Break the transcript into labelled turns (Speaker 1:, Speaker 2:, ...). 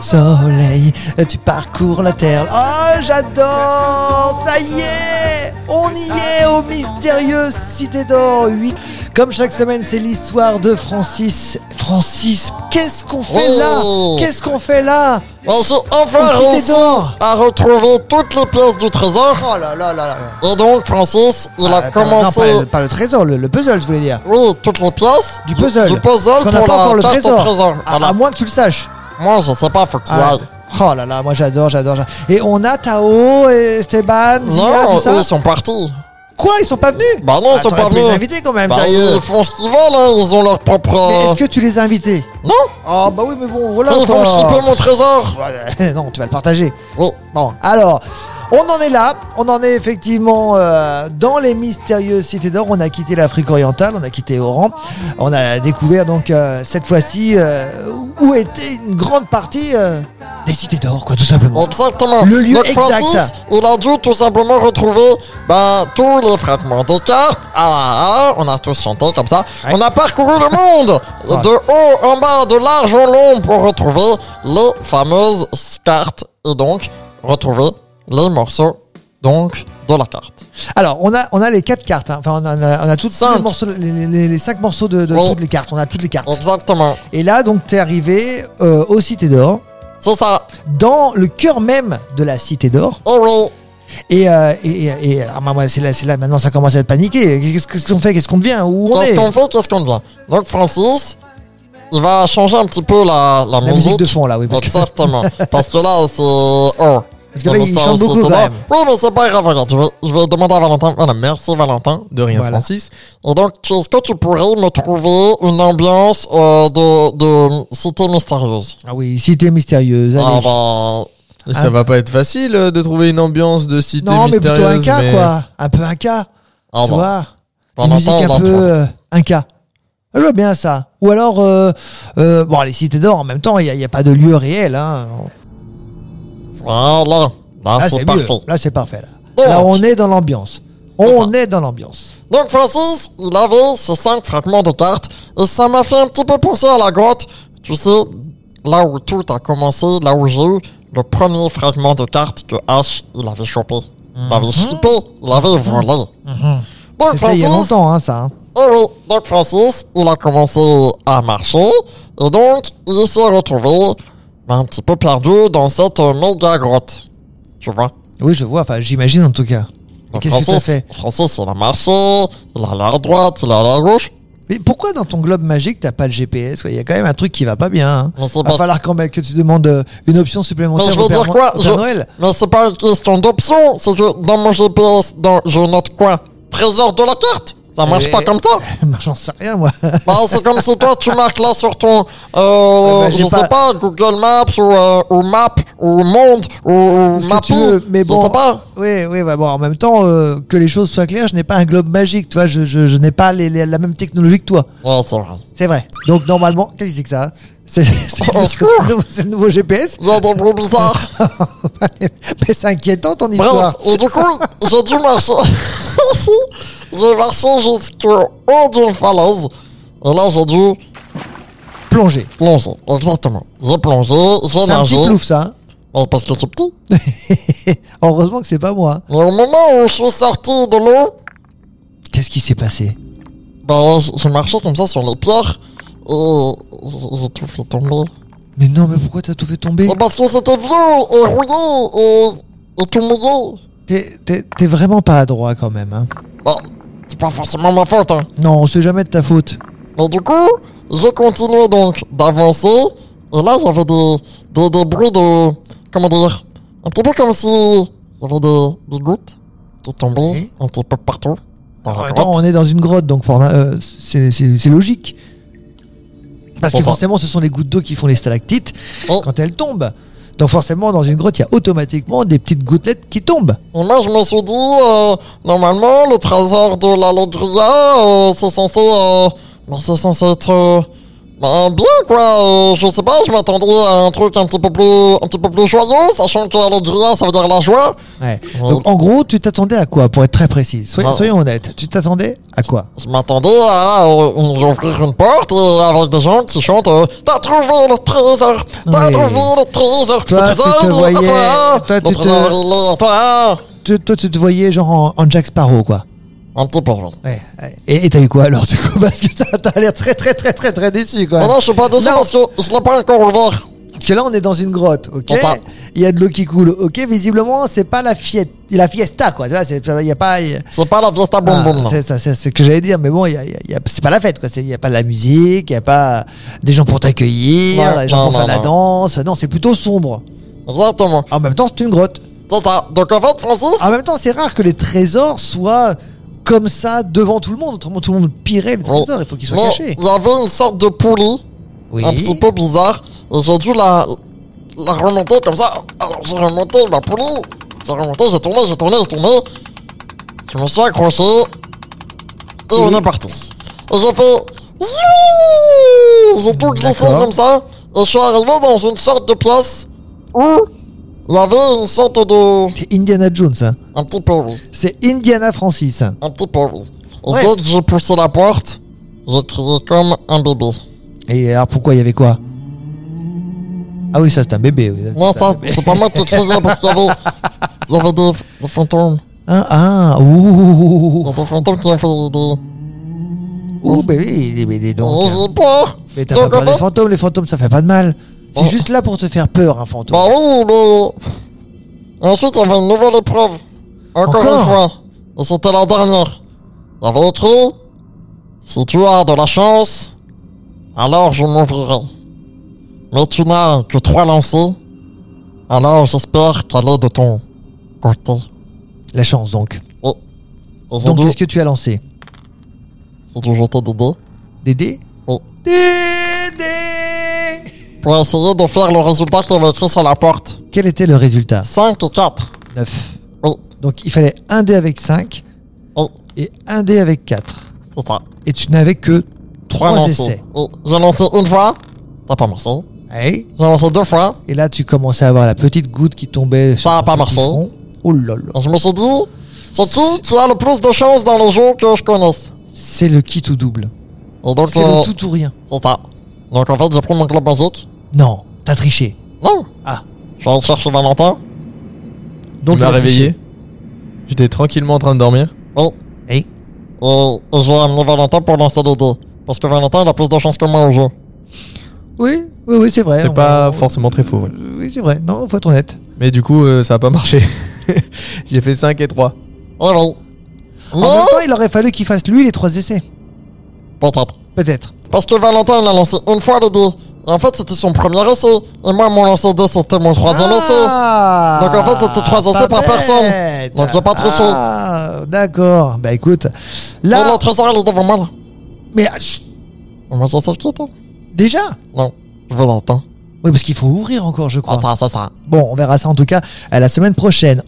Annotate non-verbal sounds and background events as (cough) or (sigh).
Speaker 1: soleil, tu parcours la terre. Oh, j'adore Ça y est On y est au mystérieux Cité d'Or 8. Comme chaque semaine, c'est l'histoire de Francis. Francis, qu'est-ce qu'on fait
Speaker 2: Oh.
Speaker 1: là Qu'est-ce qu'on fait là
Speaker 2: Moi, j'ai enfin
Speaker 1: Au
Speaker 2: réussi
Speaker 1: Cité d'Or.
Speaker 2: à retrouver toutes les pièces du trésor.
Speaker 1: Oh là là là là
Speaker 2: Et donc, Francis, il a
Speaker 1: Ah, Attends, Non,
Speaker 2: commencé...
Speaker 1: pas, le- pas le trésor, le, le puzzle, je voulais dire.
Speaker 2: Oui, toutes les pièces.
Speaker 1: Du puzzle.
Speaker 2: Du puzzle
Speaker 1: Parce qu'on n'a
Speaker 2: pour
Speaker 1: pas encore
Speaker 2: la
Speaker 1: le
Speaker 2: carte au
Speaker 1: trésor.
Speaker 2: trésor.
Speaker 1: À-
Speaker 2: Voilà.
Speaker 1: à moins que tu le saches.
Speaker 2: Moi, je sais pas, faut que tu
Speaker 1: Ah,
Speaker 2: ailles.
Speaker 1: Oh là là, moi j'adore, j'adore. j'adore. Et on a Tao, et Esteban, Zia,
Speaker 2: Non, euh,
Speaker 1: tout
Speaker 2: eux,
Speaker 1: ça.
Speaker 2: ils sont partis.
Speaker 1: Quoi, ils sont pas venus
Speaker 2: Bah non, ils sont
Speaker 1: Attends,
Speaker 2: pas
Speaker 1: on peut les
Speaker 2: venus.
Speaker 1: inviter quand même,
Speaker 2: Bah,
Speaker 1: sérieux.
Speaker 2: ils font ce qu'ils veulent, hein, ils ont leur propre...
Speaker 1: Mais
Speaker 2: euh,
Speaker 1: est-ce que tu les as invités
Speaker 2: Non,
Speaker 1: Oh bah oui, mais bon, voilà.
Speaker 2: ils
Speaker 1: quoi.
Speaker 2: font chipper mon trésor.
Speaker 1: Ouais, (laughs) Non, tu vas le partager.
Speaker 2: Oui.
Speaker 1: Bon, alors, on en est là. On en est effectivement euh, dans les mystérieuses cités d'or. On a quitté l'Afrique orientale, on a quitté Oran. On a découvert donc euh, cette fois-ci euh, où était une grande partie euh, des cités d'or, quoi, tout simplement.
Speaker 2: Exactement.
Speaker 1: Le lieu
Speaker 2: Donc,
Speaker 1: exact.
Speaker 2: Francis, il a dû tout simplement retrouver bah, tous les fragments de cartes. Ah, ah, ah, on a tous chanté comme ça.
Speaker 1: Ouais.
Speaker 2: On a parcouru le monde
Speaker 1: (laughs) Ouais.
Speaker 2: de haut en bas, de large en long pour retrouver les fameuses cartes et donc retrouver les morceaux donc de la carte.
Speaker 1: Alors, on a, on a les quatre cartes. hein. Enfin, on a, on a- on a toutes
Speaker 2: Cinq.
Speaker 1: les, morceaux, les, les- les cinq morceaux de, de
Speaker 2: Oui.
Speaker 1: toutes les cartes. On a toutes les cartes.
Speaker 2: Exactement.
Speaker 1: Et là, donc, t'es arrivé euh, aux Cités d'Or,
Speaker 2: C'est ça.
Speaker 1: dans le cœur même de la Cité d'Or.
Speaker 2: Oh oui.
Speaker 1: Et, euh, et, et- et- ah, bah, moi, c'est là, c'est là, maintenant, ça commence à être paniqué. Qu'est-ce qu'est-ce qu'on fait Qu'est-ce qu'on devient Où on est
Speaker 2: Qu'est-ce qu'on fait Qu'est-ce qu'on devient Donc Francis, il va changer un petit peu la, la,
Speaker 1: La musique de fond, là, oui. Parce que,
Speaker 2: Exactement. Parce que là, c'est. Oh.
Speaker 1: Parce que là,
Speaker 2: Dans
Speaker 1: il
Speaker 2: le
Speaker 1: chante
Speaker 2: Star
Speaker 1: beaucoup,
Speaker 2: Wars, c'est
Speaker 1: quand
Speaker 2: étonnant.
Speaker 1: même.
Speaker 2: Oui, mais c'est pas grave, regarde. Je vais, je vais demander à Valentin. Voilà, merci Valentin.
Speaker 3: De rien,
Speaker 1: Voilà.
Speaker 3: Francis.
Speaker 2: Et donc, est-ce que tu pourrais me trouver une ambiance euh, de, de cité mystérieuse
Speaker 1: ah oui, Cité mystérieuse. allez.
Speaker 2: Ah bah.
Speaker 3: Ça
Speaker 1: Ah.
Speaker 3: va pas être facile euh, de trouver une ambiance de cité
Speaker 1: non, mais
Speaker 3: mystérieuse.
Speaker 1: plutôt un cas,
Speaker 3: mais-
Speaker 1: quoi. Un peu un cas.
Speaker 2: Ah
Speaker 1: tu
Speaker 2: bah.
Speaker 1: vois Une
Speaker 2: Valentin,
Speaker 1: musique
Speaker 2: on
Speaker 1: un
Speaker 2: en
Speaker 1: peu
Speaker 2: prend.
Speaker 1: euh, un cas. Je vois bien ça. Ou alors, euh, euh, bon, les cités d'or, en même temps, il n'y a, il y a pas de lieu réel. Hein.
Speaker 2: Voilà. Là,
Speaker 1: Là,
Speaker 2: Ah, c'est
Speaker 1: Ah, c'est
Speaker 2: parfait.
Speaker 1: mieux. Là, c'est parfait. Là.
Speaker 2: Donc.
Speaker 1: Là, on est dans l'ambiance.
Speaker 2: C'est
Speaker 1: On est dans l'ambiance.
Speaker 2: Donc Francis, il avait ces cinq fragments de cartes et ça m'a fait un petit peu penser à la grotte. Tu sais, là où tout a commencé, là où j'ai eu le premier fragment de carte que H, il avait chopé. Il avait chipé, il avait volé. Donc
Speaker 1: Mhm. C'était il y a
Speaker 2: Francis,
Speaker 1: longtemps, hein, ça. hein.
Speaker 2: eh oui, donc Francis, il a commencé à marcher et donc il s'est retrouvé ben, un petit peu perdu dans cette euh, méga grotte. Tu vois
Speaker 1: Oui, je vois. Enfin, j'imagine en tout cas. Mais Qu'est-ce que
Speaker 2: Francis,
Speaker 1: ça fait
Speaker 2: Francis, il a marché, il a l'air droite, il a l'air gauche.
Speaker 1: Mais pourquoi dans ton globe magique t'as pas le GPS quoi Il y a quand même un truc qui va pas bien. Hein.
Speaker 2: Mais c'est
Speaker 1: Va
Speaker 2: pas-
Speaker 1: falloir quand même que tu demandes euh, une option supplémentaire.
Speaker 2: Mais je
Speaker 1: au
Speaker 2: veux
Speaker 1: Père
Speaker 2: dire quoi
Speaker 1: Mo- au Père
Speaker 2: Je-
Speaker 1: Noël. (laughs)
Speaker 2: Mais c'est pas une question d'option, c'est que dans mon GPS, dans, je note quoi Trésor de la carte Ça marche
Speaker 1: Eh.
Speaker 2: pas comme
Speaker 1: (laughs)
Speaker 2: ça
Speaker 1: Moi, J'en sais rien moi.
Speaker 2: bah, C'est comme si toi tu marques là sur ton, euh,
Speaker 1: Ouais, bah, j'ai
Speaker 2: je sais pas, Google Maps ou, euh, ou Map ou Monde ou, ou
Speaker 1: Ce que tu
Speaker 2: Mappy,
Speaker 1: veux, mais bon.
Speaker 2: je sais pas.
Speaker 1: Oui, oui, bah bon, en même temps, euh, que les choses soient claires, je n'ai pas un globe magique, tu vois, je, je, je n'ai pas les- les- la même technologie que toi.
Speaker 2: Ouais, c'est vrai.
Speaker 1: C'est vrai. Donc normalement, qu'est-ce que c'est que ça (laughs) C'est c'est-
Speaker 2: Oh, au
Speaker 1: c'est
Speaker 2: secours
Speaker 1: le, nouveau- c'est le nouveau GPS
Speaker 2: Il y a des bruits bizarres.
Speaker 1: (laughs) Mais c'est inquiétant ton
Speaker 2: Bref,
Speaker 1: histoire.
Speaker 2: et du coup, j'ai dû marcher. (laughs) j'ai marché jusqu'au haut d'une falaise. Et là, j'ai dû
Speaker 1: Plongée.
Speaker 2: plonger. Exactement. J'ai plongé, j'ai
Speaker 1: C'est un petit
Speaker 2: nagé.
Speaker 1: plouf ça. (laughs)
Speaker 2: Ouais, Bah, parce que c'est petit.
Speaker 1: hein. Heureusement que c'est pas moi.
Speaker 2: Mais au moment où je suis sorti de l'eau,
Speaker 1: Qu'est-ce qui s'est passé
Speaker 2: bah, je je marchais comme ça sur les pierres et j- j'ai tout fait tomber.
Speaker 1: Mais non, mais pourquoi t'as tout fait tomber
Speaker 2: Et parce que c'était vieux et rouillé et, et tout mouillé.
Speaker 1: T'es- T'es t'es vraiment pas adroit quand même. Hein.
Speaker 2: Bah, c'est pas forcément ma faute, hein.
Speaker 1: Non, c'est jamais de ta faute.
Speaker 2: Mais du coup, j'ai continué donc d'avancer et là, j'avais des, des, des bruits de. Comment dire Un petit peu comme si. Il y avait des, des gouttes qui tombaient
Speaker 1: Oui. Ah
Speaker 2: un petit peu partout. Dans la
Speaker 1: Attends,
Speaker 2: grotte.
Speaker 1: on est dans une grotte, donc for- euh, c'est c'est- c'est logique. Parce que
Speaker 2: Enfin.
Speaker 1: forcément, ce sont les gouttes d'eau qui font les stalactites
Speaker 2: Oh.
Speaker 1: quand elles tombent. Donc forcément, dans une grotte, il y a automatiquement des petites gouttelettes qui tombent.
Speaker 2: Et moi, je me suis dit, euh, normalement, le trésor de l'Allegria, euh, c'est censé, euh, bah, c'est censé être euh, Ben, bien, quoi. euh, je sais pas, je m'attendais à un truc un petit peu plus, un petit peu plus joyeux, sachant que l'Alegria, ça veut dire la joie.
Speaker 1: Ouais.
Speaker 2: Oh.
Speaker 1: Donc, en gros, tu t'attendais à quoi, pour être très précis Soyons,
Speaker 2: Ouais.
Speaker 1: soyons honnêtes, tu t'attendais à quoi
Speaker 2: Je m'attendais à euh, une- ouvrir une porte et avec des gens qui chantent euh, T'as trouvé le trésor T'as
Speaker 1: Oui.
Speaker 2: trouvé le trésor
Speaker 1: Toi,
Speaker 2: Le
Speaker 1: tu
Speaker 2: trésor,
Speaker 1: te
Speaker 2: il est à
Speaker 1: voyais-
Speaker 2: toi
Speaker 1: toi, tu
Speaker 2: Le
Speaker 1: te-
Speaker 2: trésor, il est à toi
Speaker 1: Te- Toi, tu te voyais genre en, en Jack Sparrow, quoi.
Speaker 2: Un petit peu, oui.
Speaker 1: Ouais. ouais. Et et t'as eu quoi alors, du coup (laughs) Parce que t'as t'as l'air très, très, très, très, très déçu, quoi.
Speaker 2: Mais non, je suis pas déçu
Speaker 1: Non.
Speaker 2: parce que je l'ai pas encore ouvert.
Speaker 1: Parce que là, on est dans une grotte, ok
Speaker 2: Enfin.
Speaker 1: Il y a de l'eau qui coule, ok Visiblement, c'est pas la, fiet- la fiesta, quoi. Tu vois, c'est- il y a pas. il-
Speaker 2: C'est pas la fiesta
Speaker 1: Ah,
Speaker 2: bonbon, là.
Speaker 1: c'est ça, c'est ce que j'allais dire, mais bon, il y a- il y a- il y a- c'est pas la fête, quoi. C'est- Il n'y a pas de la musique, il n'y a pas des gens pour t'accueillir,
Speaker 2: Ouais,
Speaker 1: des gens
Speaker 2: non,
Speaker 1: pour
Speaker 2: non,
Speaker 1: faire la
Speaker 2: non.
Speaker 1: danse. Non, c'est plutôt sombre.
Speaker 2: Exactement.
Speaker 1: En même temps, c'est une grotte.
Speaker 2: C'est ça. Donc en fait, Francis,
Speaker 1: En même temps, c'est rare que les trésors soient comme ça devant tout le monde. Autrement, tout le monde pirait le
Speaker 2: Oui.
Speaker 1: trésor. Il faut qu'il soit
Speaker 2: mais
Speaker 1: caché.
Speaker 2: il y avait une sorte de poulie
Speaker 1: Oui.
Speaker 2: un petit peu bizarre et j'ai dû la, la remonter comme ça. Alors j'ai remonté la poulie, j'ai remonté, j'ai tourné, j'ai tourné, j'ai tourné. Je me suis accroché et on
Speaker 1: Oui.
Speaker 2: est parti. Et j'ai fait Zouii J'ai tout glissé
Speaker 1: D'accord.
Speaker 2: comme ça et je suis arrivé dans une sorte de pièce où il y avait une sorte de.
Speaker 1: C'est Indiana Jones. hein.
Speaker 2: Un petit peu oui,
Speaker 1: C'est Indiana Francis.
Speaker 2: un petit peu oui. Et
Speaker 1: Ouais.
Speaker 2: dès que j'ai poussé la porte, j'ai crié comme un bébé.
Speaker 1: Et alors, pourquoi il y avait quoi Ah oui, ça, c'est un bébé. oui.
Speaker 2: Non, ça, c'est pas moi qui criais parce qu'il
Speaker 1: (laughs)
Speaker 2: y avait, il y avait des, des fantômes.
Speaker 1: Ah, ah, ouh, Oh, ben
Speaker 2: Il y a des fantômes qui ont fait des.
Speaker 1: ouh, bébé, il est- il est
Speaker 2: Oh,
Speaker 1: donc.
Speaker 2: j'ai peur!
Speaker 1: Mais t'as pas
Speaker 2: Donc,
Speaker 1: peur des
Speaker 2: en fait-
Speaker 1: fantômes, les fantômes ça fait pas de mal. C'est
Speaker 2: Oh.
Speaker 1: juste là pour te faire peur, un fantôme.
Speaker 2: Bah oui, mais. Ensuite, il y avait une nouvelle épreuve. Encore,
Speaker 1: Encore
Speaker 2: une fois. Et c'était la dernière. Il y avait écrit Si tu as de la chance, alors je m'ouvrirai. Mais tu n'as que trois lancers, alors j'espère qu'elle est de ton côté.
Speaker 1: La chance donc.
Speaker 2: Oh. Et j'ai
Speaker 1: Donc
Speaker 2: dû,
Speaker 1: qu'est-ce que tu as lancé
Speaker 2: j'ai dû jeter des dés.
Speaker 1: Des dés
Speaker 2: Oh.
Speaker 1: Des dés
Speaker 2: pour essayer de faire le résultat qu'il avait écrit sur la porte.
Speaker 1: Quel était le résultat
Speaker 2: 5 et 4.
Speaker 1: 9.
Speaker 2: Oui,
Speaker 1: Donc il fallait un dé avec 5
Speaker 2: oui,
Speaker 1: et un dé avec 4.
Speaker 2: c'est ça.
Speaker 1: Et tu n'avais que
Speaker 2: 3
Speaker 1: 3
Speaker 2: lancers.
Speaker 1: essais. Eh
Speaker 2: Oui, j'ai lancé Oh, une fois, ça n'a pas marché.
Speaker 1: Ouais.
Speaker 2: J'ai lancé deux fois,
Speaker 1: Et là tu commençais à avoir la petite goutte qui tombait sur
Speaker 2: Ça a
Speaker 1: ton
Speaker 2: pas
Speaker 1: petit
Speaker 2: marché.
Speaker 1: front. Oh là là.
Speaker 2: et je me suis dit, c'est qui qui a le plus de chances dans les jeux que je connaisse
Speaker 1: C'est le kit ou double.
Speaker 2: Et donc,
Speaker 1: C'est
Speaker 2: euh,
Speaker 1: le tout ou rien.
Speaker 2: c'est ça. Donc en fait, j'ai pris mon club magique.
Speaker 1: Non, t'as triché.
Speaker 2: Non,
Speaker 1: Ah.
Speaker 2: je suis allé chercher Valentin.
Speaker 1: Donc
Speaker 3: il m'a
Speaker 1: t'as triché.
Speaker 3: réveillé. J'étais tranquillement en train de dormir.
Speaker 2: Oui,
Speaker 1: Eh,
Speaker 2: et, et j'ai amené Valentin pour lancer les dés. Parce que Valentin, il a plus de chances que moi au jeu.
Speaker 1: Oui, oui, oui, c'est vrai.
Speaker 3: C'est
Speaker 1: On-
Speaker 3: pas
Speaker 1: on- Euh,
Speaker 3: forcément très faux. ouais.
Speaker 1: Oui, c'est vrai. Non, faut être honnête.
Speaker 3: Mais du coup, euh, ça a pas marché. (laughs) J'ai fait 5 et 3.
Speaker 2: Eh oui.
Speaker 1: En même temps,
Speaker 2: Mais,
Speaker 1: il aurait fallu qu'il fasse lui les trois essais.
Speaker 2: peut-être.
Speaker 1: Peut-être.
Speaker 2: Parce que Valentin il a lancé une fois le dé. Et En fait, c'était son premier essai. Et moi, mon lanceur dé, c'était mon troisième essai.
Speaker 1: Ah,
Speaker 2: Donc, en fait, c'était trois essais
Speaker 1: pas
Speaker 2: par personne.
Speaker 1: bête.
Speaker 2: Donc, j'ai pas triché.
Speaker 1: Ah, d'accord. Bah écoute,
Speaker 2: Là... Et
Speaker 1: là,
Speaker 2: le trésor, il est devant moi. là.
Speaker 1: mais ah, chut,
Speaker 2: Et moi, je sais ce qu'il est.
Speaker 1: déjà.
Speaker 2: Non, je vous entends. Tá,
Speaker 1: Oui, parce qu'il faut ouvrir encore, je crois.
Speaker 2: Attends, c'est ça.
Speaker 1: Bon, on verra ça en tout cas à la semaine prochaine.